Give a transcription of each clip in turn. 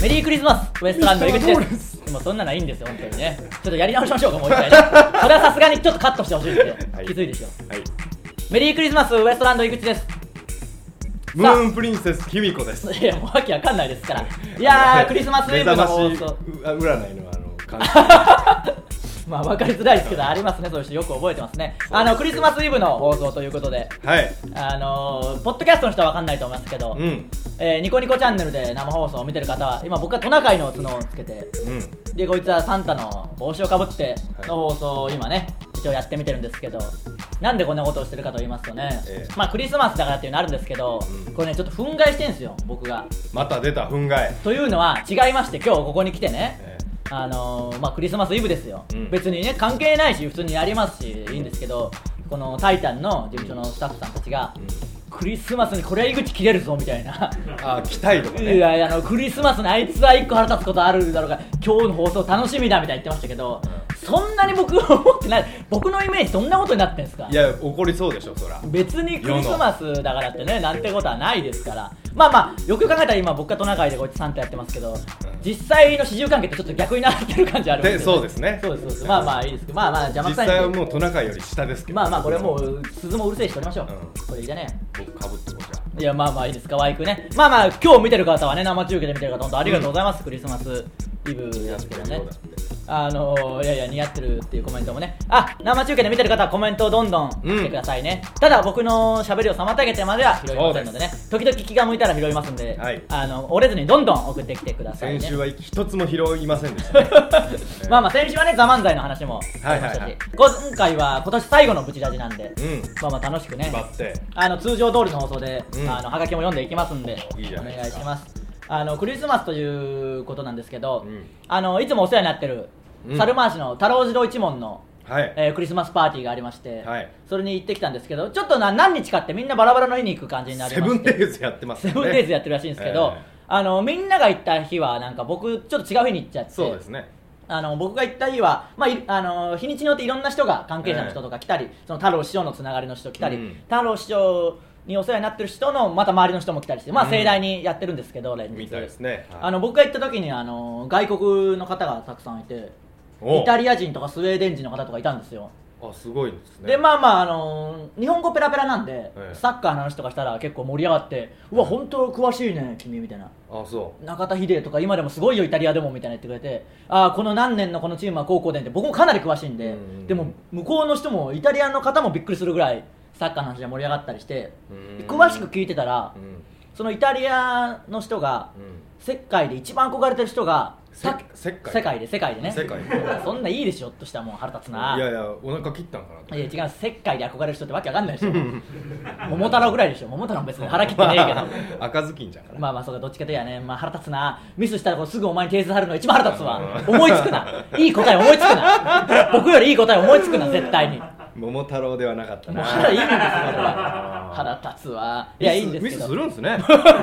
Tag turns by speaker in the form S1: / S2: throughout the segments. S1: メリークリスマスウエストランド井口
S2: ミスターボール
S1: で
S2: ですす
S1: でもそんなのはいいんですよ本当にねちょっとやり直しましょうかもう 一回ねそれはさすがにちょっとカットしてほしいですよ、
S2: はい
S1: きついですよ
S2: はい
S1: メリークリスマスウエストランド井口です
S2: ムーンプリンセス卑弥呼です
S1: いやもうわけわかんないですからいやークリスマスウェーブの放
S2: 目
S1: 送
S2: 覚ましうあ占いのあの 感
S1: まあ分かりづらいですけどありますねそういう人よく覚えてますねあのクリスマスイブの放送ということで
S2: じはい
S1: あのー、ポッドキャストの人はわかんないと思いますけど、
S2: うん
S1: えーニコニコチャンネルで生放送を見てる方は今僕はトナカイの角をつけて
S2: うん
S1: でこいつはサンタの帽子をかぶって
S2: はい
S1: の放送を今ね一応やってみてるんですけどなんでこんなことをしてるかと言いますとね、
S2: ええ
S1: まあクリスマスだからっていうのあるんですけど、
S2: うん
S1: これねちょっと憤慨してんですよ僕が
S2: また出た憤慨
S1: というのは違いまして今日ここに来てね、
S2: え
S1: あのーまあ、クリスマスイブですよ、
S2: うん
S1: 別にね関係ないし普通にやりますしいいんですけどこの「タイタン」の事務所のスタッフさんたちが、クリスマスにこれは井口切れるぞみたいな。
S2: あ期待とかね
S1: いやいやあのクリスマスにあいつは一個腹立つことあるだろうが今日の放送楽しみだみたいに言ってましたけど、そんなに僕思ってない僕のイメージどんなことになってんですか
S2: いや怒りそうでしょそら
S1: 別にクリスマスだからってねなんてことはないですからまあまあよくよく考えたら今僕がトナカイでこいつサンタやってますけど、実際の始終関係ってちょっと逆になってる感じあるん
S2: でそうですね
S1: そうですそうですまあまあいいですけどまあまあ邪魔
S2: 実
S1: くさい
S2: 際は
S1: んで
S2: もうトナカイより下ですけど
S1: まあまあこれはもう鈴もうるせえしとりましょう、
S2: うん
S1: これいいじゃねえ
S2: 僕かぶってこじゃ
S1: いやまあまあいいですかワイクねまあまあ今日見てる方はね生中継で見てる方本当ありがとうございます、クリスマスイブですけどねあのー、いやいや似合ってるっていうコメントもねあ生中継で見てる方はコメントをどんどんしてくださいね、ただ僕の喋りを妨げてまでは拾いませんのでね時々気が向いたら拾いますんで、
S2: はい
S1: あの折れずにどんどん送ってきてくださいね
S2: 先週は一つも拾いませんでしたねえ
S1: まあまあ先週はね「ザ漫才の話もしま
S2: はい
S1: し
S2: はい
S1: たし、
S2: はい
S1: 今回は今年最後のブチラジなんで、
S2: うん
S1: まあまあ楽しくね
S2: バッて
S1: あの通常通りの放送で、
S2: うん
S1: あのハガキも読んでいきますんで
S2: いいじゃない
S1: お
S2: で
S1: 願い
S2: す
S1: し
S2: か
S1: ますあのクリスマスということなんですけど、
S2: うん
S1: あのいつもお世話になってる、
S2: うん
S1: 猿回しの太郎次郎一門の、
S2: はい
S1: えークリスマスパーティーがありまして、
S2: はい
S1: それに行ってきたんですけどちょっとな何日かってみんなバラバラの日に行く感じになり
S2: セ
S1: ま
S2: ブ
S1: し
S2: ン
S1: て
S2: デイズやってま
S1: セ
S2: すよね
S1: ブンデイズやってるらしいんですけど、
S2: ええ
S1: あのみんなが行った日はなんか僕ちょっと違う日に行っちゃって
S2: そうですね
S1: あの僕が行った日は、まあいあの日にちによっていろんな人が関係者の人とか来たり、その太郎師匠のつながりの人来たり、
S2: うん
S1: 太郎師匠にお世話になってる人のまた周りの人も来たりして、まあ、
S2: うん
S1: 盛大にやってるんですけど、連日
S2: みたいですねはい
S1: あの僕が行った時にあの外国の方がたくさんいて
S2: お
S1: イタリア人とかスウェーデン人の方とかいたんですよ、
S2: あすごいですね
S1: でまあまあ、あの日本語ペラペラなんで、
S2: ええ
S1: サッカーの話とかしたら結構盛り上がってうわ本当詳しいね君みたいな
S2: あそう
S1: 中田秀とか今でもすごいよイタリアでもみたいな言ってくれてああこの何年のこのチームは高校でって僕もかなり詳しいんで、
S2: うんうん
S1: でも向こうの人もイタリアの方もびっくりするぐらいサッカーの話で盛り上がったりして
S2: うん
S1: 詳しく聞いてたら
S2: うん
S1: そのイタリアの人が
S2: うん
S1: 世界で一番憧れてる人が
S2: せ
S1: さ
S2: 世界
S1: 世界で世界でね
S2: 世界
S1: そんないいでしょっとしたらもう腹立つない
S2: やいやお腹切ったんかなと
S1: いや違う世界で憧れる人ってわけわかんないでしょ桃太郎ぐらいでしょ桃太郎も別に腹切ってねえけど
S2: ど 赤ずきんじゃんから
S1: まあまあそうかどっちかといやね、まあ、腹立つなミスしたらこうすぐお前に訂正されるのが一番腹立つわ思いつくないい答え思いつく な僕よりいい答え思いつくな絶対にも
S2: 桃太郎ではなかった
S1: う
S2: な
S1: 腹いいんですよそれは腹立つわいやいいんですけど
S2: ミスミスするんですね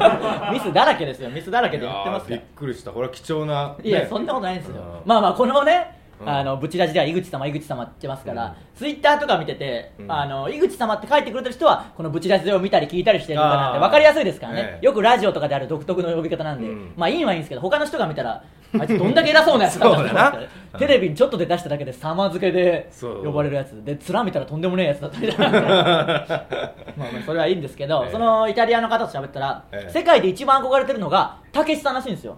S1: ミスだらけですよミスだらけで言ってますか
S2: い
S1: ら
S2: やーびっくりしたこれは貴重ない
S1: や、そんなことないんですよ
S2: うん。
S1: まあまあ、このね、
S2: うん
S1: あの、ブチラジでは井口様、井口様って言ってますか
S2: うん
S1: ら、ツイッターとか見てて
S2: う、ん
S1: あの、井口様って書いてくれてる人は、このブチラジを見たり聞いたりしてるのかなって
S2: あー
S1: 分かりやすいですからね
S2: え。え
S1: よくラジオとかである独特の呼び方なんで
S2: うん、
S1: まあいいのはいいんですけど、他の人が見たら、あいつどんだけ偉そうなやつなんだ
S2: そうだな
S1: と思ってテレビにちょっとで出しただけで、様付けで
S2: そう
S1: 呼ばれるやつで、面見たらとんでもねえやつだったみたい な。まあまあ、それはいいんですけど
S2: え、え
S1: そのイタリアの方と喋ったら
S2: え、え
S1: 世界で一番憧れてるのが、たけしさんらしいんですよ。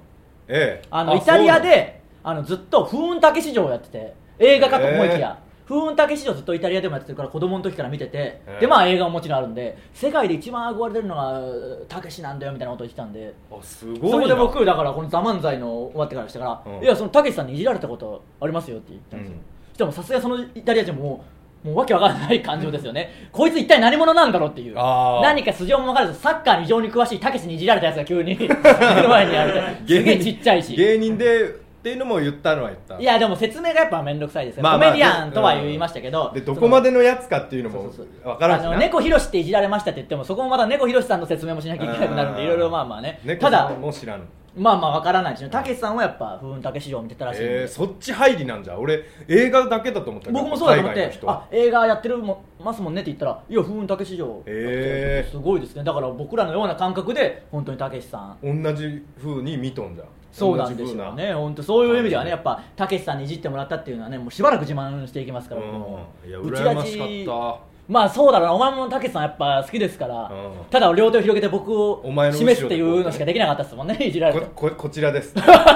S2: ええ
S1: あのイタリア
S2: そう
S1: であのずっと風雲竹市場をやってて映画かと思いきや、風雲竹市場ずっとイタリアでもやってるから子供の時から見てて、
S2: ええ
S1: でまあ映画ももちろんあるんで世界で一番憧れてるのがたけしなんだよみたいなこと言ってたんで
S2: なのあすごいな
S1: そこで僕だからこの「ザ漫才の終わってからしたから「
S2: うん
S1: いやそのたけしさんにいじられたことありますよ」って言ったんですよ、
S2: うん
S1: そしてもさすがにそのイタリア人ももうわけわかんない感情ですよね、こいつ一体何者なんだろうっていう
S2: あー
S1: 何か素性も分からずサッカーに非常に詳しいたけしにいじられたやつが 急に目の前にやるてすげえちっちゃいし
S2: 芸人でっていうのも言ったのは言った
S1: いやでも説明がやっぱ面倒くさいですよ、
S2: まあ
S1: コ
S2: まあ
S1: メディアンとは言いましたけど、
S2: で
S1: その
S2: どこまでのやつかっていうの
S1: そ
S2: も
S1: うそうそう
S2: 分からんし
S1: あ
S2: な
S1: の猫ひろしっていじられましたって言ってもそこもまた猫ひろしさんの説明もしなきゃいけなくなるんでいろいろまあまあね
S2: 猫
S1: ただ
S2: もう知らん
S1: まあまあわからないですねたけしさんはやっぱ風雲たけしを見てたらしいんで、
S2: えー、そっち入りなんじゃ俺映画だけだと思ったけど
S1: 僕もそうだと思っ
S2: 海外の
S1: て
S2: 人
S1: あ映画やってるもますもんねって言ったらいや風雲たけし城
S2: へー
S1: すごいですねだから僕らのような感覚で本当にたけしさん
S2: 同じ風に見とんじゃん
S1: そうなんですよね本当そういう意味ではねやっぱたけしさんにいじってもらったっていうのはねもうしばらく自慢していきますから、僕も
S2: うんいや
S1: うちが
S2: 羨ましかった
S1: まあそうだろうなお前もたけしさんやっぱ好きですから、
S2: うん
S1: ただ両手を広げて僕を
S2: お前の後ろで
S1: 示すっていうのしかできなかったですもんねいじられ
S2: こ
S1: て
S2: ここち らです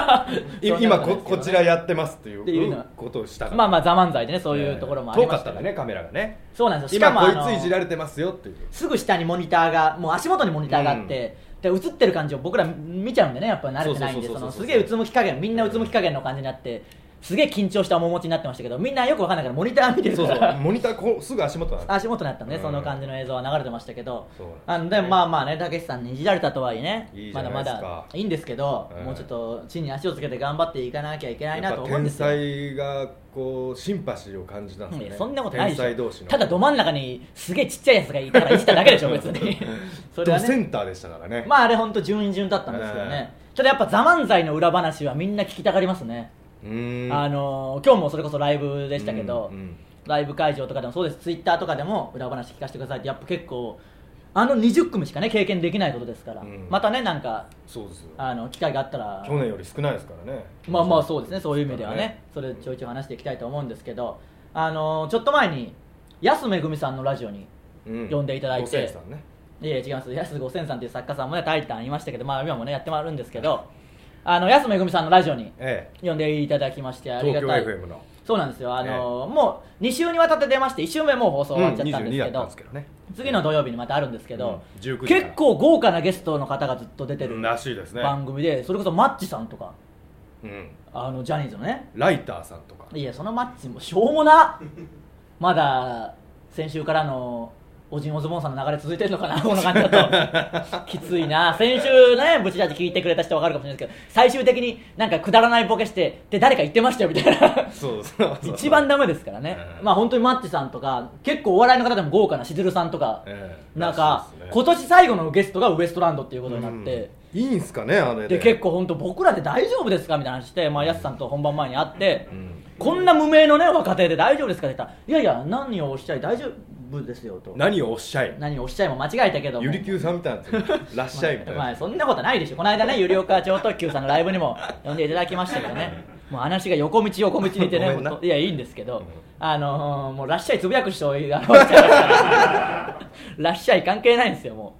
S1: そんなことないですけどね
S2: い今ここちらやってますってい
S1: っていうのは
S2: うことをしたから
S1: まあまあ「ザ漫才でねそういうところもあり
S2: 遠
S1: ま
S2: かっ
S1: した
S2: た
S1: か
S2: かららねカメラがね
S1: そうなんですよしか
S2: 今
S1: もあ
S2: こい
S1: の
S2: ついじられてますよっていう
S1: すぐ下にモニターがもう足元にモニターがあって、で映ってる感じを僕ら見ちゃうんでねやっぱ慣れてないんで
S2: そ
S1: そう
S2: そうそ
S1: のす
S2: うそうそう
S1: げえうつむき加減みんなうつむき加減の感じになってすげえ緊張した面持ちになってましたけどみんなよくわかんないからモニター見てるか
S2: そう
S1: ら
S2: そうモニターこうすぐ足元なの
S1: 足元になったのね、
S2: うん
S1: その感じの映像は流れてましたけど
S2: そう
S1: あ
S2: なんです
S1: のでも
S2: ね
S1: まあまあねたけしさんにいじられたとはいえね
S2: いいじ
S1: ま
S2: ゃ
S1: だ
S2: ない
S1: ま
S2: です
S1: だ
S2: か
S1: いいんですけど、
S2: うん
S1: もうちょっと地に足をつけて頑張っていかなきゃいけないな
S2: やっ
S1: と
S2: ぱ
S1: 思うんで
S2: 天
S1: すよ
S2: 才がこうシンパシーを感じたんです
S1: い
S2: よ
S1: や
S2: ね
S1: そんなことないで
S2: 天才同
S1: し
S2: 士
S1: ょ
S2: の
S1: ただど真ん中にすげえちっちゃいやつがいたからいじっただけでしょ別 に それは
S2: ドセ
S1: ね
S2: ンターでしたからね
S1: まああれ本当順位順だったんですけどね、ただやっぱ「ザ漫才の裏話はみんな聞きたがりますね、
S2: うーん
S1: あの今日もそれこそライブでしたけど、
S2: うんうん
S1: ライブ会場とかでもそうですツイッターとかでも裏話聞かせてくださいってやっぱ結構あの20組しかね経験できないことですから、
S2: うん
S1: またねなんか
S2: そうですよ
S1: あの機会があったら
S2: 去年より少ないですからね
S1: まあまあそうですねそういう意味ではねそれちょいちょい話していきたいと思うんですけどあのちょっと前に安めぐみさんのラジオに
S2: うん
S1: 呼んでいただいて
S2: 五千円さんね
S1: いやいや違います安五千さんという作家さんもねタイタンいましたけどまあ今もねやってもらうんですけどあの安めぐみさんのラジオに
S2: え
S1: 呼んでいただきまして
S2: え
S1: ありが
S2: 東京
S1: たい
S2: FM の
S1: そうなんですよあの、もう2週にわたって出まして1週目もう放送終わっちゃったんです
S2: だ
S1: け
S2: っ
S1: ど,、
S2: たんですけどね
S1: 次の土曜日にまたあるんですけど、
S2: うん19時から
S1: 結構豪華なゲストの方がずっと出て
S2: う
S1: る
S2: んらしいですね
S1: 番組で、それこそマッチさんとか
S2: うん
S1: あのジャニーズのね
S2: ライターさんとか
S1: いやそのマッチもしょうもな まだ先週からのおじんおずぼんさんの流れ続いてるの かなこの感じだときついな先週ねブチラジ聞いてくれた人わかるかもしれないですけど最終的になんかくだらないボケしてで誰か言ってましたよみたいな
S2: そうそうそう
S1: 一番ダメですからね、
S2: うん
S1: まあ本当にマッチさんとか結構お笑いの方でも豪華なしずるさんとか、
S2: ええ
S1: なんか、
S2: らしいですね
S1: 今年最後のゲストがウエストランドっていうことになって、
S2: うんいいんすかねあれ
S1: で結構本当僕らで大丈夫ですかみたいな話して、まあ、やすさんと本番前に会って、
S2: うん
S1: こんな無名のね若手で大丈夫ですかって言ったらいやいや何をおっしゃい大丈夫ですよと
S2: 何をおっしゃい
S1: 何をおっしゃいも間違えたけども
S2: ゆりきゅうさんみたいなやつらっしゃいみたい
S1: まあ
S2: な
S1: そんなことないでしょこの間ねゆりおか超特急さんのライブにも呼んでいただきましたけどねもう話が横道横道にいてね
S2: ごめんな
S1: ほんといやいいんですけど、
S2: うん
S1: あのーもうらっしゃいつぶやく人を表しちゃいましたかららっしゃい関係ないんですよも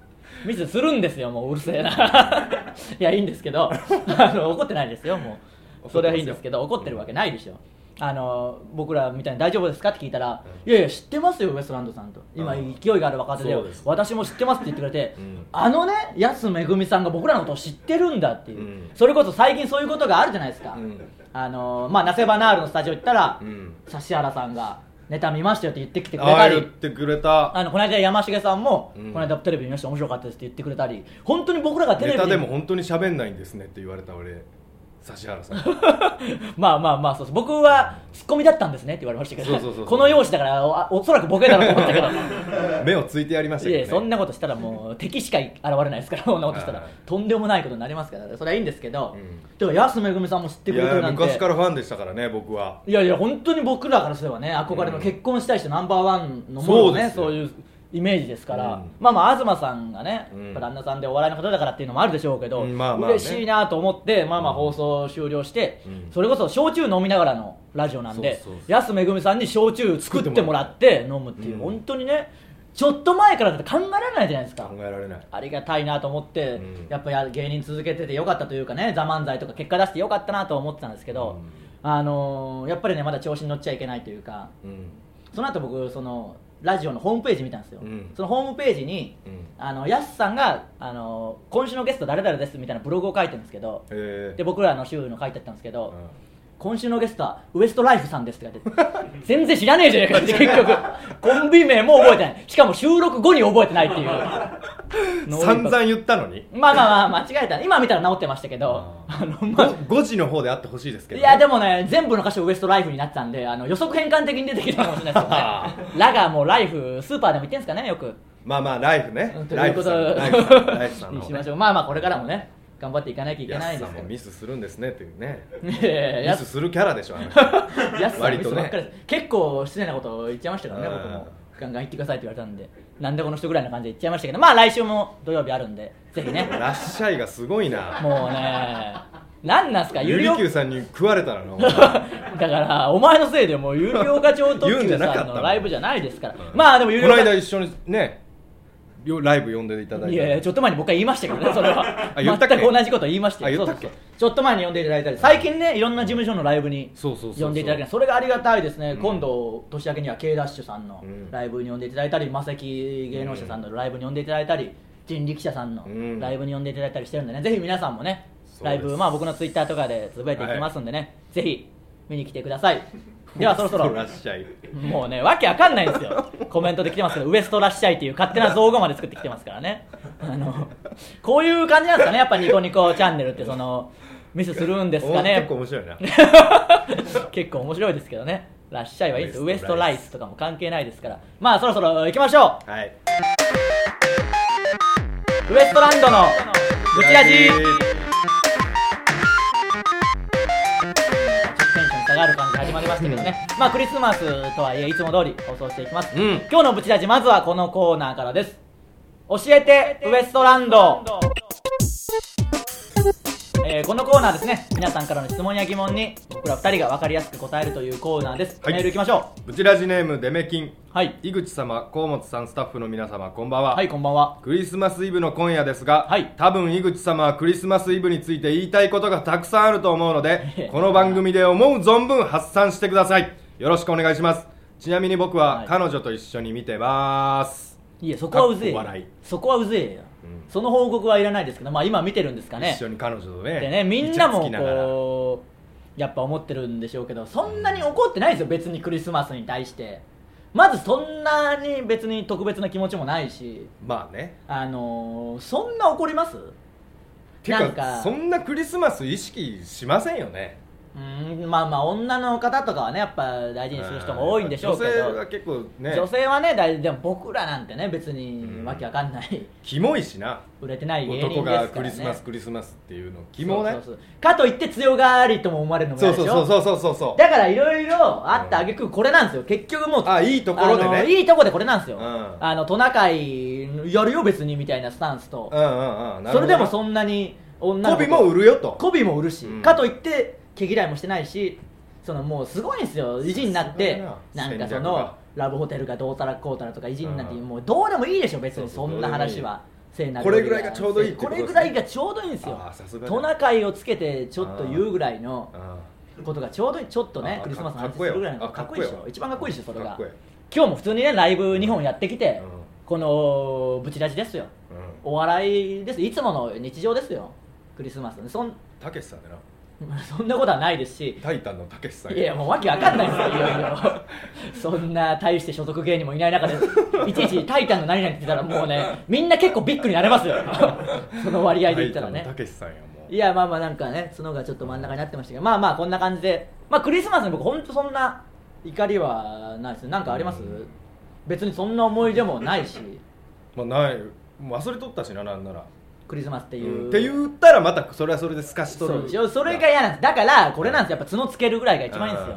S1: うミスするんですよもううるせえな いやいいんですけどあの怒ってないですよもうそれはいいんですけど怒ってるわけないでしょあのー僕らみたいに大丈夫ですかって聞いたら、いやいや知ってますよウエストランドさんと今
S2: うん
S1: 勢いがある若手で
S2: そうです
S1: 私も知ってますって言ってくれて、
S2: うん
S1: あのね、安めぐみさんが僕らのことを知ってるんだっていう、
S2: うん
S1: それこそ最近そういうことがあるじゃないですか、
S2: うん
S1: あのーまあ、ナセバナールのスタジオ行ったら、
S2: うん
S1: 指原さんがネタ見ましたよって言ってきてくれ
S2: あ
S1: た
S2: あ言っ
S1: り。
S2: てくれた
S1: あのこの間山重さんも、
S2: うん
S1: この間テレビ見ました面白かったですって言ってくれたり本当に僕らがテレ
S2: ネ
S1: ビ
S2: タ
S1: に
S2: でも本当に喋んないんですねって言われた俺指原 さん
S1: まあまあまあそうそう僕はツッコミだったんですねって言われましたけど
S2: そうそうそうそう
S1: この容姿だからおあおそらくボケだろうと思ったけど
S2: 目をついてやりました
S1: いやい
S2: け
S1: や
S2: ど
S1: そん
S2: ね
S1: なことしたらもう敵しか現れない ですからそんなことしたら
S2: はい
S1: とんでもないことになりますからそれはいいんですけど、
S2: うん
S1: でも安めぐみさんも知って
S2: い
S1: くれてる
S2: や
S1: なんて
S2: 昔からファンでしたからね僕はい
S1: やいや本当に僕らからすればね憧れの
S2: うん
S1: 結婚したい人ナンバーワンのものねそ
S2: そうう
S1: い
S2: で
S1: うイメージですから、
S2: うん
S1: まあまあ東さんがね、
S2: うん
S1: やっぱ旦那さんでお笑いの方だからっていうのもあるでしょうけど、
S2: うんまあまあね
S1: 嬉しいなと思ってまあまあ放送終了して、
S2: うん
S1: それこそ焼酎飲みながらのラジオなんで
S2: そうそうそう
S1: 安めぐみさんに焼酎作ってもらって飲むっていう、
S2: うん
S1: 本当にねちょっと前からだって考えられないじゃないですか
S2: 考えられない
S1: ありがたいなと思って、
S2: うん
S1: やっぱや芸人続けててよかったというかね「ザ漫才とか結果出してよかったなと思ってたんですけど、あのーやっぱりねまだ調子に乗っちゃいけないというか
S2: うん
S1: その後僕そのラジオのホームページ見たんですよ、
S2: うん
S1: そのホームページに
S2: うん
S1: あのやすさんが、あのー今週のゲスト誰々です」みたいなブログを書いてるんですけど
S2: ええ
S1: で僕らの週の書いてあったんですけど、
S2: うん
S1: 今週のゲストはウエストライフさんですって書いてあって全然知らねえじゃねえかって結 局コンビ名も覚えてないしかも収録後に覚えてないって いうノーイ
S2: 散
S1: ンパクト
S2: 々言ったのに
S1: まあまあまあ間違えた今見たら治ってましたけど
S2: あ
S1: あのまあ
S2: 5時の方であってほしいですけど
S1: い
S2: ね
S1: やでもね全部の歌詞ウエストライフになってたんであの予測変換的に出てきたかもしれないです よねラがもうライフスーパーでも行ってんすかねよく
S2: まあまあライフね
S1: うんと
S2: ラ
S1: い
S2: イ
S1: うこ
S2: フ
S1: と
S2: さんライフさ んライフさん
S1: に
S2: の方
S1: し
S2: ね
S1: ましょうまあまあこれからもね頑張っていかなきゃいけ
S2: や
S1: ない
S2: す
S1: で
S2: さ
S1: す
S2: ん
S1: け
S2: も
S1: ど
S2: ミスするんですねっていうね
S1: ねえ
S2: ミ
S1: や
S2: ス
S1: す
S2: するキャラでしょ あの人
S1: やすさんミ
S2: 割
S1: ス
S2: と
S1: ばっ
S2: ね
S1: かりです結構失礼なことを言っちゃいましたからね
S2: うん
S1: 僕もガンガン言ってくださいって言われたんでなんでこの人ぐらいの感じで言っちゃいましたけどまあ来週も土曜日あるんでぜひね
S2: らっしゃいがすごいな
S1: もうねなんなんすか
S2: ゆ
S1: 有
S2: り
S1: 料
S2: きゅうさんに食われ たらなお前
S1: だからお前のせいでもう有料課長特
S2: 言うんじ
S1: 急
S2: ゃなか
S1: さ
S2: った
S1: ん
S2: もん
S1: のライブじゃないですからまあでも有
S2: こ
S1: 料
S2: の
S1: 課
S2: 間一緒にねよライブ呼んでいただい
S1: い
S2: て
S1: やいやちょっと前に僕は言いましたけどねそれは
S2: あ言ったっけ
S1: 全く同じこと言いましたよ
S2: あ言ったっけ
S1: そうそうそうちょっと前に呼んでいただいたり最近ねいろんな事務所のライブに
S2: そうそうそうそう
S1: 呼んでいただきそれがありがたいですね、
S2: うん
S1: 今度年明けには K ダッシュさんの
S2: うん
S1: ライブに呼んでいただいたりマセキ芸能者さんのライブに呼んでいただいたり、人力車さんの
S2: うん
S1: ライブに呼んでいただいたりしてるんでね、ぜひ皆さんもね
S2: そうです
S1: ライブまあ僕のツイッターとかでつぶやいていきますんでね、ぜひ見に来てくださいではそろそろ
S2: らっしゃい
S1: もうね、わけわかんないんですよ、コメントで来てますけど、ウエストらっしゃいっていう勝手な造語まで作ってきてますからね、あのこういう感じなんですかね、やっぱニコニコチャンネルって、そのミスするんですか
S2: お
S1: ね
S2: 結構、面 白いな
S1: 結構面白いですけどね、らっしゃいはいいです、ウ
S2: ウ
S1: エ
S2: エ
S1: ス
S2: ス
S1: ト
S2: ト
S1: ラ
S2: ラ
S1: イ
S2: イ
S1: スとかも関係ないですから、まあそろそろ行きましょ
S2: はい。
S1: う、ウエストランドのブチラジ、ちょっとテンション下がる感じ始まりましたけどね、まあクリスマスとはいえ、いつも通り放送していきます。
S2: うん。
S1: 今日のブチラジまずはこのコーナーからです教えてウエストランドえーこのコーナーですね皆さんからの質問や疑問に僕ら2人が分かりやすく答えるというコーナーです、
S2: はい
S1: メールいきましょ
S2: ブチラジネームデメキン。
S1: うはい
S2: 井口様、河本さん、スタッフの皆様、こんばんは。
S1: はいこんばんは
S2: クリスマスイブの今夜ですが、
S1: はい
S2: 多分井口様はクリスマスイブについて言いたいことがたくさんあると思うのでこの番組で思う存分発散してくださいよろしくお願いしますちなみに僕
S1: は
S2: はい彼女と一緒に見てます、
S1: いやそこはうぜえ
S2: かっこ笑い
S1: そこはうぜえよ、
S2: うん
S1: その報告はいらないですけどまあ今見てるんですかね
S2: 一緒に彼女とね
S1: で ねみんな
S2: イ
S1: も
S2: チャつきがら
S1: こうやっぱ思ってるんでしょうけどそんなに怒ってないですよ別にクリスマスに対してまずそんなに別に特別な気持ちもないし
S2: まあね
S1: あのーそんな怒ります
S2: てか
S1: なんか
S2: そんなクリスマス意識しませんよね
S1: うーんまあまあ女の方とかはねやっぱ大事にする人も多いんでしょうけど
S2: 女性は結構ね
S1: 女性はね大事でも僕らなんてね別にわけわかんない、
S2: キモいしな
S1: 売れてない芸人です
S2: 男
S1: から、ね、
S2: がクリスマスクリスマスっていうのキモ
S1: そ
S2: ね
S1: うそうそうかといって強がりとも思われるのも
S2: そ
S1: 嫌
S2: う
S1: でし
S2: そ
S1: ょ
S2: うそうそうそうそうそう
S1: だからいろいろあったあげくこれなんですよ結局もう
S2: あいいところでね
S1: あのいいとこでこれなんですよ、
S2: うん
S1: あのトナカイやるよ別にみたいなスタンスと
S2: う、んうんうんなる
S1: そ
S2: ほど
S1: れでもそんなに女の
S2: 媚
S1: 子
S2: びも売るよと
S1: 媚びも売るし、
S2: うん
S1: かといって毛嫌いもしてないしそのもうすごいんですよ意地になってな
S2: さすがだな
S1: か
S2: ん
S1: そ
S2: 戦略
S1: の
S2: が
S1: ラブホテルがどうたらこうたらとか意地になって、
S2: うん
S1: もうどうでもいいでしょ別に
S2: そ
S1: そう
S2: そうん
S1: な話は聖なる
S2: これぐらいがちょうどいいって
S1: こ
S2: こと
S1: れぐらいがちょうどいいんですよ
S2: あーさすがだ
S1: トナカイをつけてちょっと言うぐらいの
S2: あ
S1: ことがちょうどいいちょっとね
S2: あー
S1: クリスマスの
S2: か
S1: 話
S2: っ
S1: す
S2: こいい
S1: る
S2: よ
S1: ぐらいの
S2: あ
S1: か
S2: か
S1: っ
S2: っ
S1: こい
S2: こい
S1: い
S2: い
S1: で
S2: よ
S1: しょ一番かっこいいでしょそれ
S2: か
S1: が
S2: っこいい
S1: 今日も普通にねライブ2本やってきて、
S2: うん
S1: このブチラジですよ
S2: ーうん
S1: お笑いですいつもの日常ですよクリスマスそん
S2: たけしさんだな
S1: そんなことはないですし
S2: タイタンのたけしさん
S1: いやもうわけわかんないですよいよい よそんな大して所属芸人もいない中でいちいち「タイタンの何々」って言ったらもうねみんな結構ビッグになれ ますよその割合で言ったら
S2: タイタンのた
S1: ね
S2: けしさんやもう
S1: いやまあまあなんかね角がちょっと真ん中になってましたけどまあまあこんな感じでまあクリスマスに僕本当そんな怒りはないですなんかあります
S2: うん
S1: 別にそんな思い出もない し
S2: まあないもう忘れとったしななんなら
S1: クリスマスっていう、
S2: うんって言ったらまたそれはそれですかしと
S1: そう
S2: る
S1: 一応それが嫌なんですだからこれなんですよやっぱ角つけるぐらいが一番いいんですよ、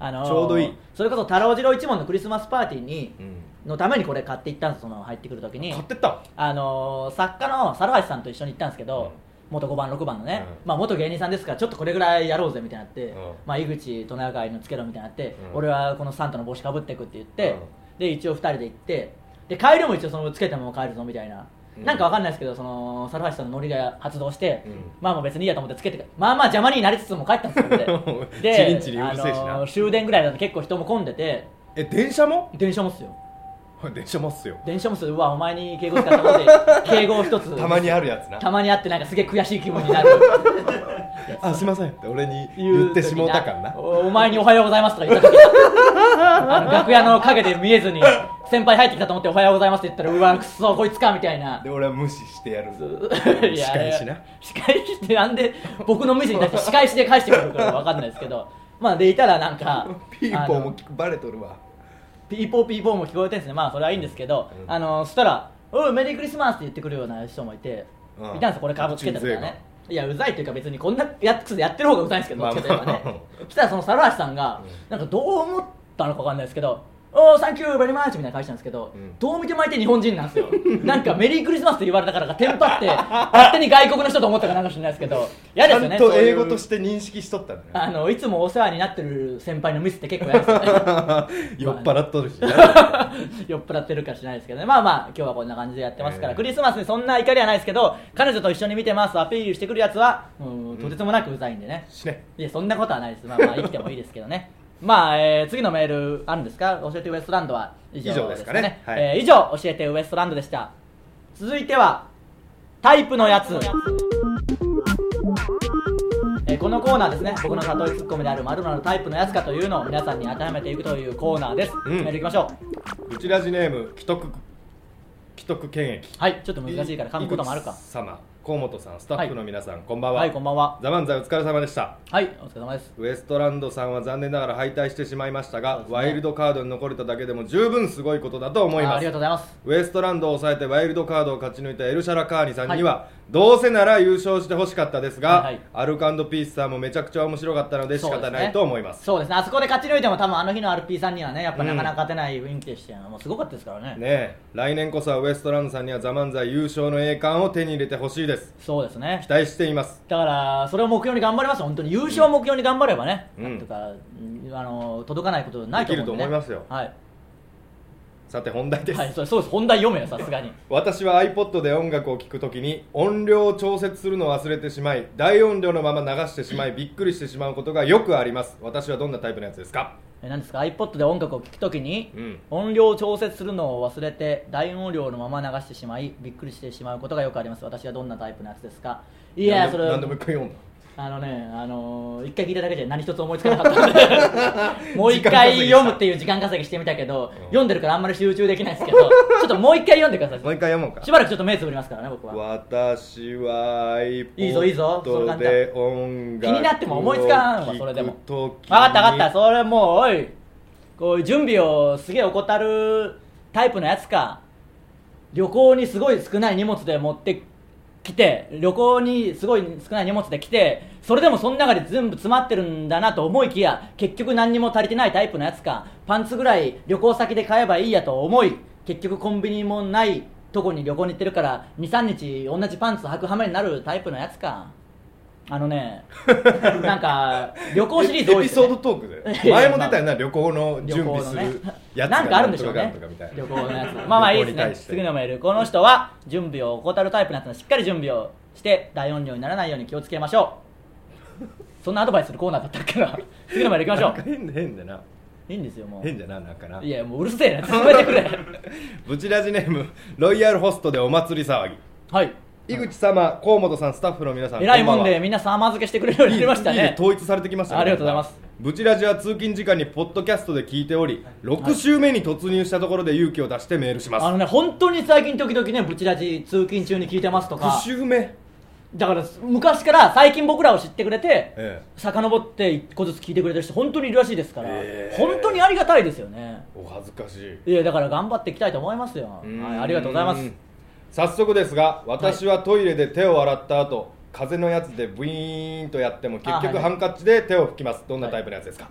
S1: あのー
S2: ちょうどいい
S1: それこそ太郎次郎一門のクリスマスパーティーに
S2: うん
S1: のためにこれ買っていったんですその入ってくる時に
S2: 買ってったん
S1: あのー作家の猿橋さんと一緒に行ったんですけど、
S2: うん
S1: 元5番6番のね、
S2: うん
S1: まあ、元芸人さんですからちょっとこれぐらいやろうぜみたいになって、
S2: うん
S1: まあ、井口トナカイのつけろみたいになって、
S2: うん
S1: 俺はこのサンタの帽子かぶってくって言って、で一応2人で行ってで帰りも一応そのつけたまま帰るぞみたいな、
S2: うん
S1: なんかわかんないですけどその猿橋さんのノリが発動して、
S2: うん
S1: まあまあ別にいいやと思ってつけてまあまあ邪魔になりつつも帰ったんですよ 俺
S2: チリンチリンう
S1: あ
S2: るせえしな
S1: のー終電ぐらいだと結構人も混んでて
S2: え電車も
S1: 電車もっすよ
S2: 電車もっすよ
S1: 電車もっすようわお前に敬語使ったことで 敬語を一つ
S2: たまにあるやつな
S1: たまにあってなんかすげえ悔しい気分になる
S2: あすいませんって俺に 言ってしもうたからな
S1: おお前におは ようございますとか言った時あの楽屋の陰で見えずに先輩入ってきたと思っておはようございますって言ったらうわくそこいつかみたいな
S2: で俺は無視してやる
S1: い
S2: 仕
S1: や
S2: 返しな
S1: 仕返しってなんで僕の店に対して仕返しで返してくるからわかんないですけどまあでいたらなんか
S2: ピーポー
S1: あの
S2: もバレとるわ
S1: ピーポーピーポーも聞こえてるんですねまあそれはいいんですけど、
S2: うん
S1: あのそしたら「おいメリークリスマス」って言ってくるような人もいて、
S2: うん
S1: いたんですよこれかぶつけたとかねいやうざいというか別にこんなやつでやってる方がうざいんですけど、
S2: まあ
S1: どっちかといえばねそしたらその猿橋さんがなんかどう思ったのかわかんないですけどおーサンキューベリーマッチみたいな感じなんですけど、
S2: うん
S1: どう見ても相手日本人なんです よなんかメリークリスマスって言われたからかテンパって勝手に外国の人と思ったかなんか知らないですけど嫌
S2: ち
S1: です
S2: ゃ
S1: よね
S2: んと
S1: そういう
S2: 英語として認識しとったのね
S1: あのいつもお世話になってる先輩のミスって結構嫌ですよね
S2: 酔っ払っとるし、
S1: 酔っ払ってるかしないですけどねまあまあ今日はこんな感じでやってますから、
S2: ええ
S1: クリスマスにそんな怒りはないですけど彼女と一緒に見てますアピールしてくるやつはうんとてつもなくうざいんでね、
S2: しね
S1: いやそんなことはないですまあ まあ生きてもいいですけどねまあ、えー次のメールあるんですか教えてウエストランドは以上
S2: 以上
S1: で
S2: ですす
S1: か
S2: か
S1: ね
S2: ねは
S1: えー以上教えてウエストランドでした続いてはタイプのやつえーこのコーナーですね僕の例えツッコミである〇〇のタイプのやつかというのを皆さんに当てはめていくというコーナーです、
S2: うん
S1: メールいきましょう
S2: うちラジネーム既得既得権益
S1: はいちょっと難しいから噛むこともある
S2: 井
S1: か
S2: 口様河本さんスタッフの皆さん、こんばんは、
S1: はいこんばんは
S2: ザ・漫才お疲れ様でした
S1: はいお疲れ様です
S2: ウエストランドさんは残念ながら敗退してしまいました
S1: そ
S2: が、
S1: うですね
S2: ワイルドカードに残れただけでも十分すごいことだと思い
S1: あ
S2: ま
S1: ありが
S2: す
S1: とうございます
S2: ウエストランドを抑えてワイルドカードを勝ち抜いたエルシャラカーニさんには、どうせなら優勝してほしかったですが、
S1: はいはい
S2: アルコピースさんもめちゃくちゃ面白かったので仕方ないと思います
S1: そうですねあそこで勝ち抜いても多分あの日の RP さんにはねやっぱなかなか勝てない雰囲気でしたよ、もうすごかったですからね
S2: ねえ来年こそはウエストランドさんには「ザ・漫才」優勝の栄冠を手に入れてほしいです
S1: そうですね
S2: 期待しています
S1: だからそれを目標に頑張りますよ本当に優勝を目標に頑張ればね、
S2: うん
S1: なんとかうんあの届かないことないと思うんで、ね、
S2: できると思いますよ
S1: はい、
S2: さて本題です、
S1: はい、そうそうです本題読めよさすがに
S2: 私は iPod で音楽を聴くときに音量を調節するのを忘れてしまい大音量のまま流してしまいびっくりしてしまうことがよくあります私はどんなタイプのやつですか
S1: え何ですか iPod で音楽を聴くときに、
S2: うん
S1: 音量を調節するのを忘れて大音量のまま流してしまいびっくりしてしまうことがよくあります私はどんなタイプのやつですかいや
S2: なんで
S1: それ
S2: なんでもう一回読んだ
S1: あのね、あのー一回聞いただけじゃ何一つ思いつかなかった のでもう一回読むっていう時間稼ぎしてみたけど、
S2: うん
S1: 読んでるからあんまり集中できないですけ どちょっともう一回読んでくだ
S2: も
S1: さ
S2: う一回読もう
S1: い
S2: か
S1: しばらくちょっと目つぶりますからね僕は
S2: 私はい
S1: いぞいいぞその
S2: iPod
S1: 感じ
S2: で音
S1: 気
S2: 楽を聴くとき
S1: になっても思いつかんわそれでも分
S2: に
S1: かった分かったそれもうおいこういう準備をすげえ怠るタイプのやつか旅行にすごい少ない荷物で持ってきて旅行にすごい少ない荷物で来てそれでもその中で全部詰まってるんだなと思いきや結局何にも足りてないタイプのやつかパンツぐらい旅行先で買えばいいやと思い結局コンビニもないとこに旅行に行ってるから23日同じパンツ履く羽目になるタイプのやつかあのね なんか旅行シリーズ多
S2: エ
S1: い
S2: ピ
S1: ですよ
S2: ソー
S1: ね
S2: ドト ーク
S1: い
S2: で
S1: やいや
S2: 前も出たよな旅行の準備するやつが
S1: なんかあるんでしょう
S2: なん
S1: ね
S2: とかかんとかみたいな
S1: 旅行のやつまあまあいいです
S2: 旅行に
S1: ね
S2: 対して
S1: 次のメールこの人は準備を怠るタイプのやつのしっかり準備をして大音量にならないように気をつけましょうそんなアドバイスするコーナーだったっけな次のメール行きま
S2: なんか
S1: しょ
S2: 変で変でな
S1: ういいんですよも
S2: 変じゃななんかな
S1: ういやもううるせえな進めてくれ
S2: ブチラジネームロイヤルホストでお祭り騒ぎ
S1: はい
S2: 井口様河本さんスタッフの皆さん
S1: 偉いもん
S2: こば
S1: で
S2: は
S1: みんな様付けしてくれるようになりました
S2: いいいいね
S1: ね
S2: 統一されてきましたね
S1: ありがとうございます
S2: ブチラジは通勤時間にポッドキャストで聞いており6週目に突入したところで勇気を出してメールします
S1: あのね本当に最近時々ねブチラジ通勤中に聞いてますとか
S2: 6週目
S1: だから昔から最近僕らを知ってくれて、
S2: ええ
S1: 遡って一個ずつ聞いてくれてる人本当にいるらしいですから、
S2: ええ
S1: 本当にありがたいですよね
S2: お恥ずかしい
S1: いやだから頑張っていきたいと思いますよ、はい、ありがとうございます
S2: 早速ですが私はトイレで手を洗った後、風のやつでブイーンとやっても結
S1: あはい
S2: 局
S1: はい
S2: ハンカチで手を拭きますどんなタイプのやつですか、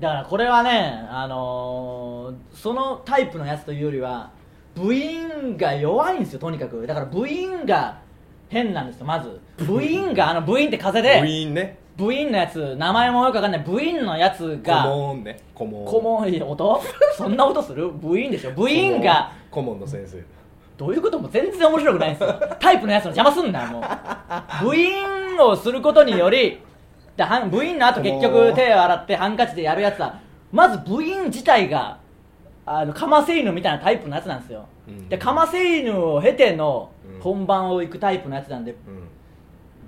S1: だからこれはね、あのーそのタイプのやつというよりは部員が弱いんですよとにかくだから部員が変なんですよまず部員があの部員って風
S2: ブイ
S1: で
S2: ーンね
S1: 部員のやつ名前もよくわかんない部員のやつ
S2: コ
S1: が
S2: モンねコモン
S1: 顧問いい音そんな音する部員でしょ部員が
S2: 顧問の先生
S1: どういうことも全然面白くないんですよタイプのやつの邪魔すんな もう部員をすることによりだはん部員の後結
S2: も
S1: 局
S2: う
S1: 手を洗ってハンカチでやるやつはまず部員自体があのカマセイヌみたいなタイプのやつなんですよ、
S2: うん
S1: でカマセイヌを経ての
S2: うん
S1: 本番を行くタイプのやつなんで
S2: う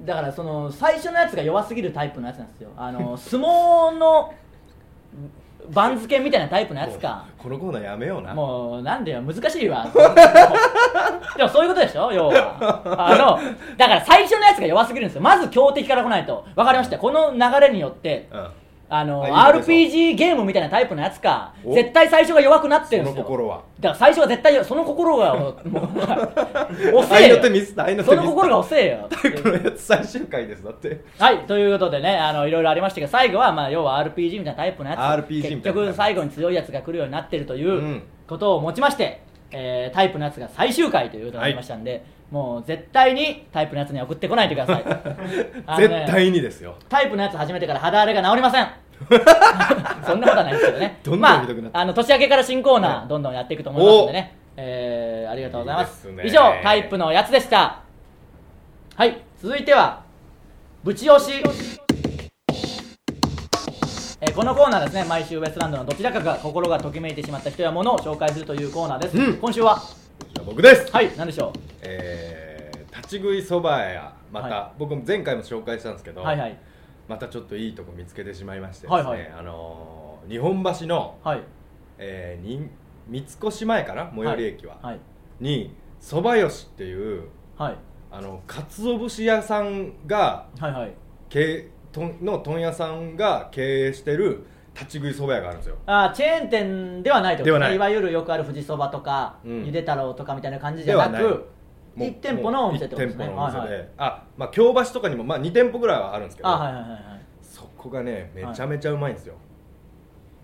S2: ん
S1: だからその最初のやつが弱すぎるタイプのやつなんですよあ の相撲の番付みたいなタイプのやつか
S2: もうこのコーナーやめような
S1: もうなんでよ難しいわ でもそういうことでしょ要はあのだから最初のやつが弱すぎるんですよまず強敵から来ないと分かりましたこの流れによって
S2: うん
S1: あの
S2: あいいね
S1: RPG ゲームみたいなタイプのやつか
S2: お
S1: 絶対最初が弱くなって
S2: そ
S1: るんで
S2: の
S1: すよ
S2: 心は
S1: だから最初は絶対弱その心が もうもう遅
S2: 愛
S1: え
S2: の
S1: よ
S2: 手ミスった愛の
S1: そ
S2: 手ミス
S1: の心が遅えよ
S2: タイプのやつ最終回ですだって
S1: はいということでねあのいろいろありましたけど最後はまあ要は RPG みたいなタイプのやつ
S2: RPG みたいな
S1: 結局最後に強いやつが来るようになってるとい
S2: うん
S1: うことをもちまして、えータイプのやつが最終回ということになりましたんで、もう絶対にタイプのやつには送ってこないでくだ さいあの
S2: 絶
S1: ね
S2: 対にですよ
S1: タイプのやつ始めてから肌荒れが治りません そんなことはないですけどね
S2: どんどんひどくなって
S1: まあ、あの年明けから新コーナ
S2: は
S1: ー
S2: い
S1: どんどんやっていくと思いますんでね、えーありがとうございます
S2: いいですね
S1: 以上タイプのやつでしたはい続いてはぶち押しえーこのコーナーですね毎週ウエストランドのどちらかが心がときめいてしまった人や物を紹介するというコーナーです、
S2: うん
S1: 今週は
S2: じゃあ僕です
S1: はい何でしょ
S2: えー立ち食いそば屋また、
S1: は
S2: 僕も前回も紹介したんですけ
S1: う
S2: ど、
S1: はいはい
S2: またちょっといいとこ見つけてしまいましてですね、
S1: はいはい
S2: あのー日本橋の、
S1: はい
S2: えーに三越前かな最寄り駅は、
S1: はい
S2: にそばよしっていう
S1: はい
S2: あの鰹節屋さんが
S1: はいはい
S2: 経とんの問屋さんが経営してる立ち食いそば屋があるんですよ
S1: あーチェーン店ではないってこと
S2: ではない
S1: いわゆるよくある富士そばとか、
S2: うん
S1: ゆで太郎とかみたいな感じじゃな
S2: ではない
S1: く一店舗のお店ってことですね
S2: 1店舗のお店で、
S1: はいはい
S2: あまあ京橋とかにも、まあ、2店舗ぐらいはあるんですけど、
S1: あはいはいはいはい
S2: そこがねめちゃめちゃうまいんですよ、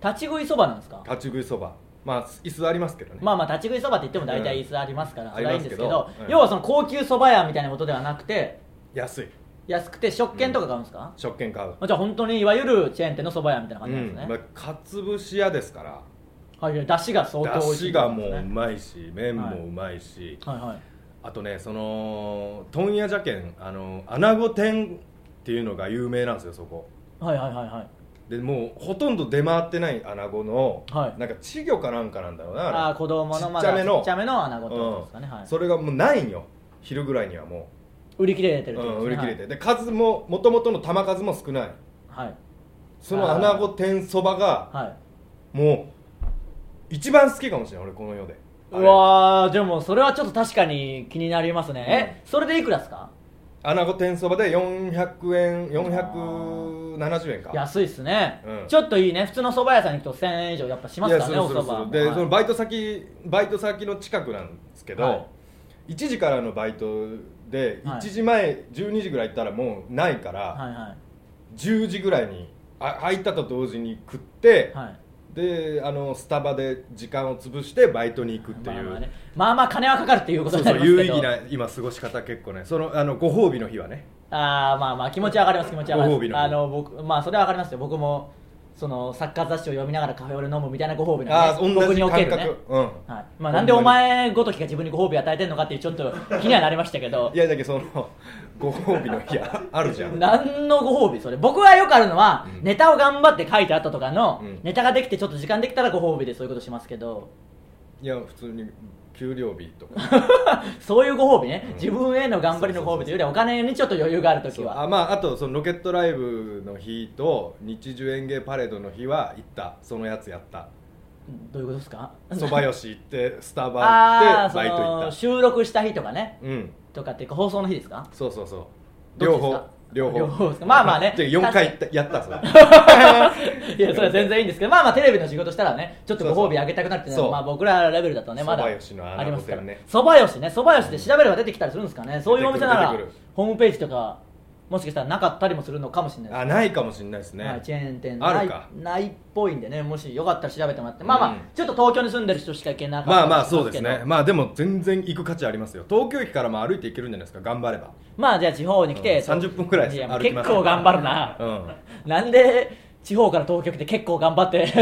S1: 立ち食いそばなんですか
S2: 立ち食いそばまあ椅子ありますけどね、
S1: まあまあ立ち食いそばって言っても大体椅子ありますから、
S2: うん
S1: それはいいんですけど
S2: ありますけどうん
S1: 要はその高級そば屋みたいなことではなくて
S2: 安い
S1: 安くて食券とか買うんですか、
S2: 食券買う、
S1: あじゃあ本当にいわゆるチェーン店のそば屋みたいな感じなんですね、
S2: まあ、かつぶし屋ですから
S1: はいはいだしが相当
S2: だ
S1: 美味しい
S2: し
S1: ってこ
S2: が
S1: とで
S2: も
S1: すね
S2: ううまいし麺もうまいし、
S1: はいはい
S2: あとねその問屋じゃけんあの穴子店っていうのが有名なんですよそこ
S1: はいはいはいはい
S2: でもうほとんど出回ってない穴子の、
S1: はい
S2: なんか稚魚かなんかなんだろうなれ
S1: ああ子供のま
S2: ちっ
S1: だ
S2: ちゃめの
S1: ちっちゃめの穴子ってことですかね、
S2: うん
S1: はい
S2: それがもうないんよ昼ぐらいにはも
S1: 売り切れて
S2: う、
S1: るってこ
S2: う
S1: と
S2: ん、売
S1: で
S2: り
S1: す
S2: 切
S1: ね
S2: れて、で数ももともとの玉数も少ない
S1: はい、はい
S2: その穴子天そばが
S1: はい
S2: もう一番好きかもしれない俺この世であ
S1: う
S2: れ
S1: わーでもそれはちょっと確かに気になりますね、えそれでいくらですか
S2: 穴子天そばで400円470円か
S1: 安いっすね、
S2: うん
S1: ちょっといいね普通の蕎麦屋さんに行くと1000円以上やっぱしますから
S2: い
S1: ね
S2: や
S1: お
S2: そうそう
S1: 蕎
S2: そう
S1: 麦
S2: で、
S1: はい
S2: そのバイト先バイト先の近くなんですけど、
S1: はい
S2: 1時からのバイトで
S1: はい
S2: 1時前、12時ぐらい行ったらもうないから、
S1: はいは
S2: 10時ぐらいにあ入ったと同時に食って、
S1: いはい
S2: であのスタバで時間を潰してバイトに行くっていう、
S1: まあまあねまあまあ金はかかるっていうこと
S2: そう
S1: にな
S2: そ
S1: り
S2: う
S1: ますけど
S2: 有意義な今過ごし方結構ねそのあのご褒美の日はね
S1: あーまあまあ気持ちは上がります気持ちは上が
S2: ご褒美
S1: り
S2: の
S1: ま
S2: 日
S1: すあの僕まあそれは上がりますよ僕もそのサッカー雑誌を読みながらカフェオレ飲むみたいなご褒美な
S2: あ
S1: ん
S2: あ
S1: で、ね、
S2: 同
S1: 僕
S2: じ
S1: にお
S2: 感
S1: け
S2: 覚、
S1: るね
S2: うん、
S1: はいまあ、なんでお前ごときが自分にご褒美与えてんのかっていうちょっと気にはなりましたけど
S2: いやだけどそのご褒美の日あある じゃん
S1: 何のご褒美それ僕はよくあるのは、
S2: うん
S1: ネタを頑張って書いてあったとかの、
S2: うん
S1: ネタができてちょっと時間できたらご褒美でそういうことしますけど
S2: いや普通に給料日とか
S1: そういうご褒美ね、
S2: うん
S1: 自分への頑張りのご褒美というよりはお金にちょっと余裕があるとき
S2: そう
S1: は
S2: あまああとそのロケットライブの日と日中演芸パレードの日は行ったそのやつ やった
S1: どういうことですか
S2: そばよし行ってスタ
S1: あ
S2: バ行
S1: あ
S2: って
S1: そ
S2: バイト行
S1: の
S2: った
S1: 収録した日とかね
S2: うん
S1: とかっていうか放送の日ですか
S2: そうそうそう
S1: どっちで
S2: 両
S1: す
S2: 方
S1: か
S2: 両方
S1: 両方ですかまあまあね
S2: で4回 行ったやったそれ
S1: いやそれは全然いいんですけどまあまあテレビの仕事したらねちょっとご褒美あげたくなってね
S2: そう
S1: まあ僕らレベルだとねまだ
S2: そばよしの穴子
S1: ありますから
S2: だよね
S1: そばよしねそばよしで調べれば出てきたりするんですかねそういうお店なら
S2: 出てくる出てく
S1: ホームページとかもしかしたらなかったりもするのかもしれない
S2: あないかもしれないですね、
S1: はい、チェーン店
S2: あ
S1: ない
S2: るか
S1: ないっぽいんでねもしよかったら調べてもらってまあまあ、
S2: うん
S1: ちょっと東京に住んでる人しか行けなかったり
S2: まあ
S1: しま
S2: まあ
S1: すけど
S2: そうですねまあでも全然行く価値ありますよ東京駅からも歩いて行けるんじゃないですか頑張れば
S1: まあじゃあ地方に来て、
S2: うん30分くらいです
S1: や
S2: 歩き
S1: 結
S2: ます
S1: 構頑張るな、
S2: うん
S1: なんで地方から東京来て結構頑張って 立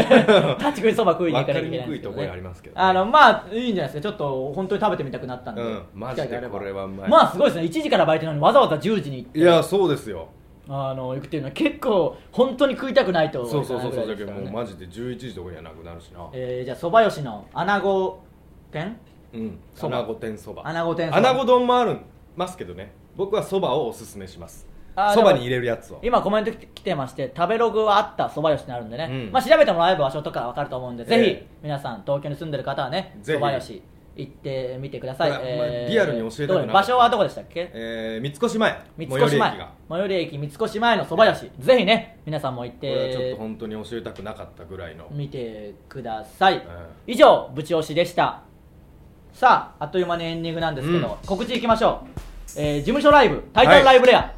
S1: ち食いそば食いに行かなきゃいけないんですけど、ね、
S2: わかりにくいところにありますけどね
S1: あのまあいいんじゃないですかちょっと本当に食べてみたくなったんで、
S2: うんマジで
S1: 機会があば
S2: これはうまい
S1: まあすごいですね1時からバイトなのにわざわざ10時に
S2: いやそうですよ
S1: あの行くっていうのは結構本当に食いたくないと
S2: そうそうそうそ
S1: いかな
S2: う
S1: い
S2: だ
S1: ぐ
S2: け
S1: ら
S2: ど
S1: いですから
S2: もう
S1: ね
S2: マジで11時とかにはなくなるしな
S1: えーじゃあそばよしの穴子店
S2: うん
S1: そば
S2: 穴子天そば
S1: 穴子天そば
S2: 穴子丼もあるますけどね僕はそばをおすすめします
S1: あー
S2: そばに入れるやつを
S1: 今コメント来てまして食べログはあったそばよしになるんでね、
S2: うん
S1: まあ、調べてもらえば場所とかわかると思うんで、
S2: ええ
S1: ぜひ皆さん東京に住んでる方はね
S2: ぜ
S1: そ
S2: ひ
S1: ばよし行ってみてください、
S2: これほんまリアルに教えたくなかった
S1: どこ場所はどこでしたっけ
S2: えー、三越前
S1: 三
S2: 最
S1: 越
S2: 寄り駅
S1: 前
S2: が
S1: 最寄り駅三越前のそば屋しぜひね皆さんも行っ
S2: これはちょっと
S1: て
S2: 本当に教えたくなかったぐらいの、
S1: 見てください、
S2: う
S1: 以上ぶち押しでしたさああっという間にエンディングなんですけど、
S2: う
S1: 告知いきましょう、えー事務所ライブタイタンライブレア、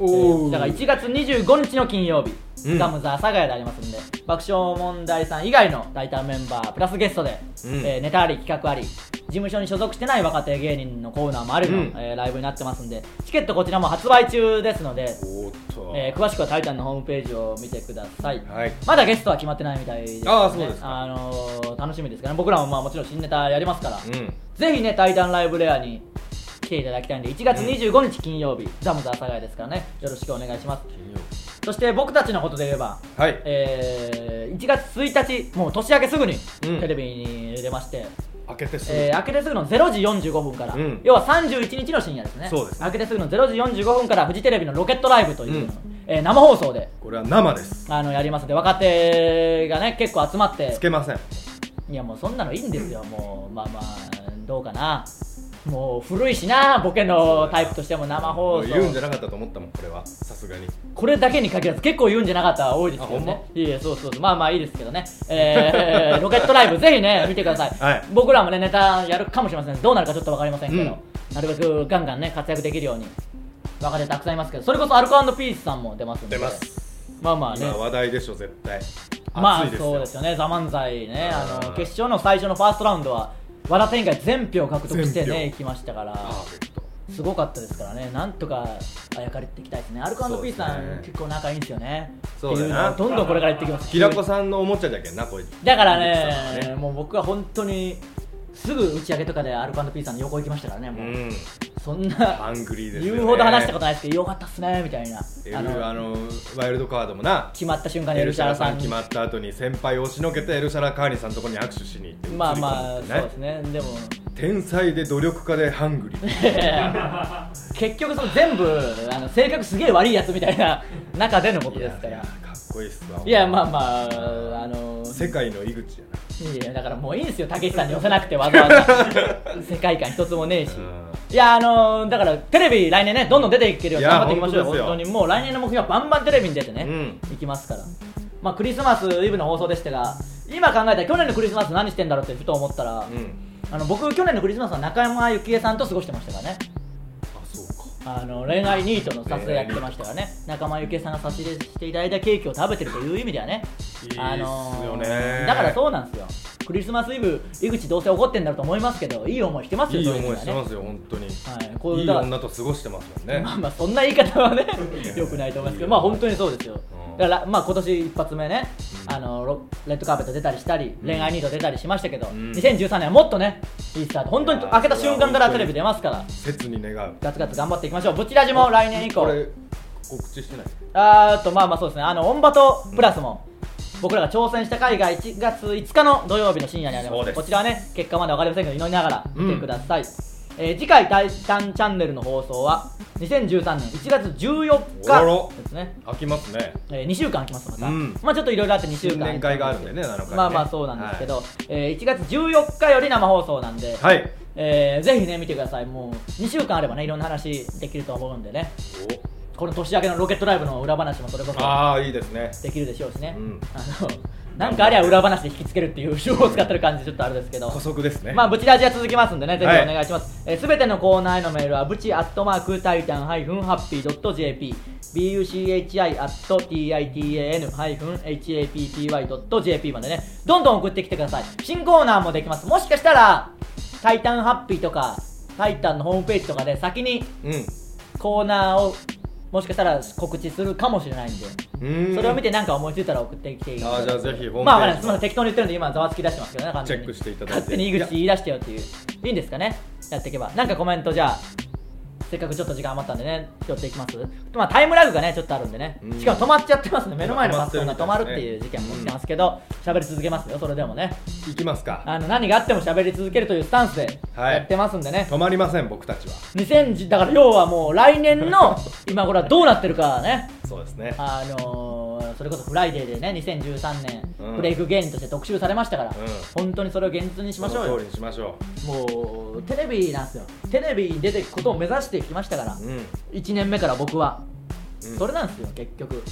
S2: お
S1: えー
S2: ー
S1: だから1月25日の金曜日、
S2: うん
S1: スガムザ阿佐ヶ谷でありますんで爆笑問題さん以外のタイタンメンバープラスゲストで、
S2: うん
S1: えーネタあり企画あり事務所に所属してない若手芸人のコーナーもあるの、
S2: うん
S1: えーライブになってますんでチケットこちらも発売中ですので、
S2: おーっと、
S1: えー詳しくは「タイタン」のホームページを見てください、
S2: はい
S1: まだゲストは決まってないみたいですけど
S2: あーそうですか
S1: あのー楽しみですからね僕らもまあもちろん新ネタやりますから、
S2: うん
S1: ぜひね「タイタンライブレア」に来ていただきたいんで1月25日金曜日、ザムザ阿佐ヶ谷ですからねよろしくお願いします
S2: 金曜
S1: そして僕たちのことで言えば、
S2: 日はい
S1: えー1月1日もう年明けすぐに
S2: うん
S1: テレビに出まして、
S2: 開けてすぐ、
S1: えー明けてすぐの0時45分から、
S2: うん
S1: 要は31日の深夜ですね
S2: そうです
S1: 明けてすぐの0時45分からフジテレビの「ロケットライブ」という、
S2: うん
S1: えー生放送で
S2: これは生です
S1: あのやりますので若手がね結構集まって
S2: つけません
S1: いやもうそんなのいいんですよもうまあまあどうかなもう古いしなボケのタイプとしても生
S2: も
S1: 放
S2: う
S1: 送
S2: 言うんじゃなかったと思ったもんこれはさすがに
S1: これだけに限らず結構言うんじゃなかったは多いですけど
S2: あほんま
S1: ねいえいえそうそうそうまあまあいいですけどね、えーロケットライブぜひね見てください、
S2: はい
S1: 僕らもねネタやるかもしれませんどうなるかちょっと分かりませんけど、
S2: うん
S1: なるべくガンガンね活躍できるように若手たくさんいますけどそれこそアルコピースさんも出ますんで
S2: 出ます
S1: まあまあね
S2: 今話題でしょ絶対
S1: まあ
S2: 熱いですよ
S1: そうですよね「ザ漫才ねあ
S2: う
S1: の
S2: ん
S1: 決勝の最初のファーストラウンドは和田天海全票獲得してね
S2: 全
S1: 行きましたから
S2: パーフェクト
S1: すごかったですからねなんとかあやかれていきたいですねアルコピースさ、
S2: そうんですね
S1: 結構仲いいんですよね
S2: そうだな
S1: っていうのをどんどんこれから言ってきます
S2: 平子さんのおもちゃじゃけんなこいつ
S1: だから
S2: 平子
S1: ね
S2: さんは
S1: もう僕は本当にすぐ打ち上げとかでアルコピースさんの横行きましたからねもう、
S2: うん
S1: そんな
S2: アングリーですよ、ね、
S1: 言うほど話したことないですけどよかったっすねみたいな
S2: エルあのワイルドカードもな
S1: 決まった瞬間に
S2: エ
S1: エ
S2: ル
S1: ル
S2: シ
S1: シ
S2: ャ
S1: ャ
S2: ラ
S1: ラ
S2: さ
S1: さ
S2: ん
S1: ん
S2: 決
S1: に
S2: まった後に先輩を押しのけてエルシャラカーニさんのとこに握手しに行って
S1: まあまあ
S2: 移
S1: そう
S2: り込むっ
S1: で
S2: て
S1: す
S2: いうね
S1: ねでも
S2: 天才で努力家でハングリ ー
S1: 結局その全部あの性格すげえ悪いやつみたいな 中でのことですか
S2: いや
S1: ら
S2: かっこいいっすわ
S1: いやまあまああの
S2: 世界の井口やない
S1: やだからもういいんですよたけしさんに寄せなくてわざわ ざ世界観一つもねえしいやあのだからテレビ来年ねどんどん出ていけるように
S2: いや
S1: 頑張っていきましょうよ
S2: 本
S1: 本
S2: 当
S1: 当
S2: ですよ
S1: にもう来年の目標はバンバンテレビに出てね、
S2: うん
S1: いきますからまあクリスマスイブの放送でしたが今考えたら去年のクリスマス何してんだろうってふと思ったら、
S2: うん
S1: あの僕去年のクリスマスは中山幸恵さんと過ごしてましたからね
S2: あそうか
S1: あの恋愛ニートの撮影やってましたからね仲間由紀恵さんが差し入れしていただいたケーキを食べてるという意味ではね
S2: いいっすよね
S1: あのーだからそうなんですよクリスマスイブ井口どうせ怒ってんだろうと思いますけどいい思いしてますよ
S2: いい
S1: そうう意
S2: 思い
S1: 味
S2: し
S1: で
S2: て
S1: は
S2: ま
S1: ね
S2: すよ本当に、
S1: はいこう
S2: い
S1: いう
S2: い
S1: だから
S2: 女と過ごしてますもんね、
S1: まあまあそんな言い方はね良くないと思いますけどまあ本当にそうですよ
S2: うん
S1: だからまあ今年一発目ね
S2: うん
S1: あのロレッドカーペット出たりしたり恋愛ニート出たりしましたけど
S2: ん
S1: 2013年はもっとねいいスタート本当に開けた瞬間からテレビ出ますから
S2: 切に願う
S1: ガツガツ頑張っていきましょうブチラジも来年以降
S2: これ告知してない
S1: あーっとまあまあそうですねあのオンバトプラスも僕らが挑戦した回が1月5日の土曜日の深夜にあります
S2: そうです
S1: こちらはね結果まで分かりませんけど祈りながら見てください、えー次回「タイタンチャンネル」の放送は2013年1月
S2: あ
S1: 14
S2: ら
S1: 日ですね、
S2: 開きますね
S1: え2週間空きますまた、
S2: うん
S1: まあちょっといろいろあって2週間
S2: 新年会があるんでね7回ね
S1: まあまあそうなんですけど、えー1月14日より生放送なんで、
S2: はい、はい
S1: えーぜひね見てくださいもう2週間あればねいろんな話できると思うんでねこの年明けのロケットライブの裏話もそれこそ
S2: おああいいですね
S1: できるでしょうしね、
S2: うん
S1: あのなんかありゃ裏話で引きつけるっていう手法を使ってる感じでちょっとあれですけど
S2: 補足ですね
S1: まあブチラジは続きますんでねぜひ
S2: はい
S1: お願いしますすべ、えー全てのコーナーへのメールはブチアットマークタイタンハイフンハッピードット JP buchi アット titan ハイフン happy ドット JP までねどんどん送ってきてください新コーナーもできますもしかしたらタイタンハッピーとかタイタンのホームページとかで先に
S2: うん
S1: コーナーをもしかしたら告知するかもしれないんで
S2: うーん
S1: それを見て何か思いついたら送ってきていい
S2: あーじゃあぜひホームページ
S1: まあまあねすみません適当に言ってるんで今ざわつき出してますけどね完全に
S2: チェックしていただいて
S1: 勝手に井口言い出してよっていういいんですかねやっていけばなんかコメントじゃあせっかくちょっと時間余ったんでね拾っていきますまあタイムラグがねちょっとあるんでね
S2: うん
S1: しかも止まっちゃってますね目の前の
S2: 止ま
S1: パソ
S2: って
S1: コ
S2: る
S1: ンが止まるっていう事件も起きてますけど喋り続けますよそれでもね
S2: 行きますか
S1: あの何があっても喋り続けるというスタンスで
S2: はい
S1: やってますんでね
S2: 止まりません僕たちは
S1: 2010だから要はもう来年の今頃はどうなってるかね
S2: そうですね
S1: あのーそれこそ「フライデー」でね2013年、
S2: うん
S1: ブレイク芸人として特集されましたから、
S2: ん
S1: 本当にそれを現実にしましょう
S2: その
S1: よ
S2: 通りにしましょ
S1: もうテレビなんですよテレビに出ていくことを目指してきましたから、
S2: ううん、うん、
S1: 1年目から僕は、それなんですよ結局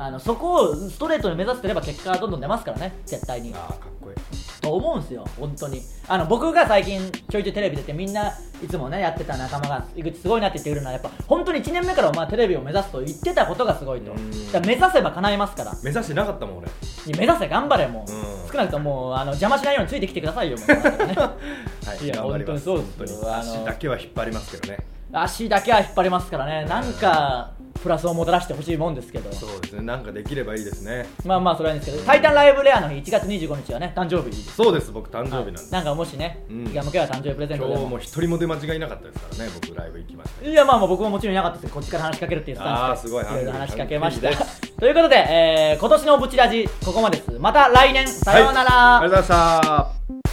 S1: あのそこをストレートに目指してれば結果はどんどん出ますからね絶対に
S2: ああかっこいい
S1: と思うんですよ本当にあの僕が最近ちょいちょいテレビ出てみんないつもねやってた仲間が井口すごいなって言ってくれるのはやっぱ本当に1年目からお前テレビを目指すと言ってたことがすごいと
S2: うん
S1: だから目指せば叶いますから
S2: 目指してなかったもん俺
S1: いや目指せ頑張れもう、
S2: うん
S1: 少なくとももうあの邪魔しないようについてきてくださいよもうこの後ね
S2: はい
S1: いや
S2: 頑張ります
S1: 本当にそうですよ
S2: 本当
S1: あ
S2: に
S1: の
S2: 足だけは引っ張りますけどね
S1: 足だけは引っ張りますからねなんかプラスをもたらしてほしいもんですけど
S2: そうですねなんかできればいいですね
S1: まあまあそれはいいんですけど「タイタンライブレア」の日1月25日はね誕生日です
S2: そうです僕誕生日なんです
S1: なんかもしね、
S2: うん
S1: 気が向けば誕生日プレゼント
S2: 今日
S1: で
S2: も
S1: も
S2: う一人も出間違いなかったですからね僕ライブ行きましたけ
S1: いやまあまあ僕ももちろんいなかったですけどこっちから話しかけるっていうスタンスで
S2: あーすごい
S1: ろいろ話しかけまし
S2: いい
S1: た
S2: で
S1: ということで、えー今年のブチラジここまでですまた来年
S2: ど
S1: さようなら、
S2: はいありがとうございました